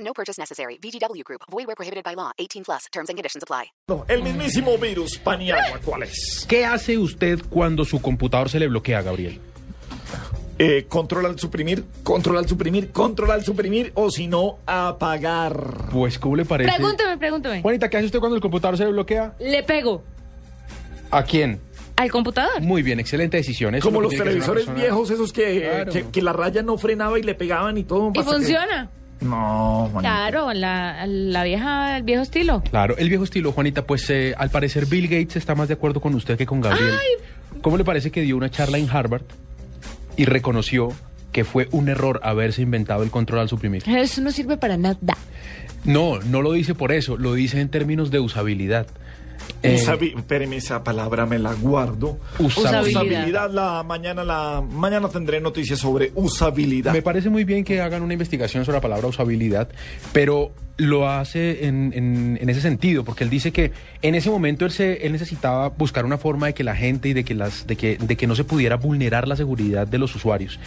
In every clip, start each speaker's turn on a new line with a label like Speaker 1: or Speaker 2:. Speaker 1: No purchase necessary. VGW Group. Void where prohibited by law. 18 plus. Terms and conditions apply.
Speaker 2: No, el mismísimo virus Paniagua, ¿cuál es?
Speaker 3: ¿Qué hace usted cuando su computador se le bloquea, Gabriel?
Speaker 2: Eh, control al suprimir, control al suprimir, control al suprimir o si no, apagar.
Speaker 3: Pues, ¿cómo le parece?
Speaker 4: Pregúnteme, pregúnteme.
Speaker 3: Juanita, ¿qué hace usted cuando el computador se le bloquea?
Speaker 4: Le pego
Speaker 3: ¿A quién?
Speaker 4: al computador.
Speaker 3: Muy bien, excelente decisión. Eso
Speaker 2: Como
Speaker 3: es lo
Speaker 2: los
Speaker 3: que tiene que hacer
Speaker 2: televisores
Speaker 3: una persona.
Speaker 2: viejos esos que,
Speaker 3: Claro.
Speaker 2: que, que la raya no frenaba y le pegaban y todo.
Speaker 4: Y
Speaker 2: hasta que-
Speaker 4: funciona.
Speaker 2: No, Juanita.
Speaker 4: Claro, la, la vieja, el viejo estilo.
Speaker 3: Claro, el viejo estilo, Juanita, pues eh, al parecer Bill Gates está más de acuerdo con usted que con Gabriel. ¿Cómo le parece que dio una charla en Harvard y reconoció que fue un error haberse inventado el control al suprimir?
Speaker 4: Eso no sirve para nada.
Speaker 3: No, no lo dice por eso, lo dice en términos de usabilidad. Eh,
Speaker 2: Usabi- espéreme, esa palabra me la guardo.
Speaker 3: usabilidad.
Speaker 2: Usabilidad, la mañana, la mañana tendré noticias sobre usabilidad.
Speaker 3: Me parece muy bien que hagan una investigación sobre la palabra usabilidad, pero lo hace en, en- en ese sentido, porque él dice que en ese momento él, se, él necesitaba buscar una forma de que la gente y de que, las, de que, de que no se pudiera vulnerar la seguridad de los usuarios.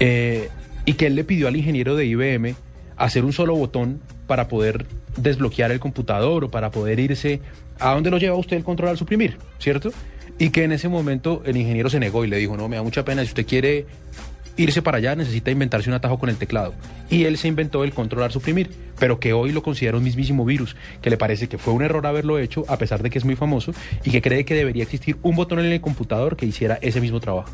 Speaker 3: Eh, y que él le pidió al ingeniero de IBM hacer un solo botón para poder desbloquear el computador o para poder irse a dónde lo lleva usted el control al suprimir, ¿cierto? Y que en ese momento el ingeniero se negó y le dijo, no, me da mucha pena, si usted quiere irse para allá necesita inventarse un atajo con el teclado. Y él se inventó el controlar suprimir, pero que hoy lo considera un mismísimo virus, que le parece que fue un error haberlo hecho, a pesar de que es muy famoso, y que cree que debería existir un botón en el computador que hiciera ese mismo trabajo.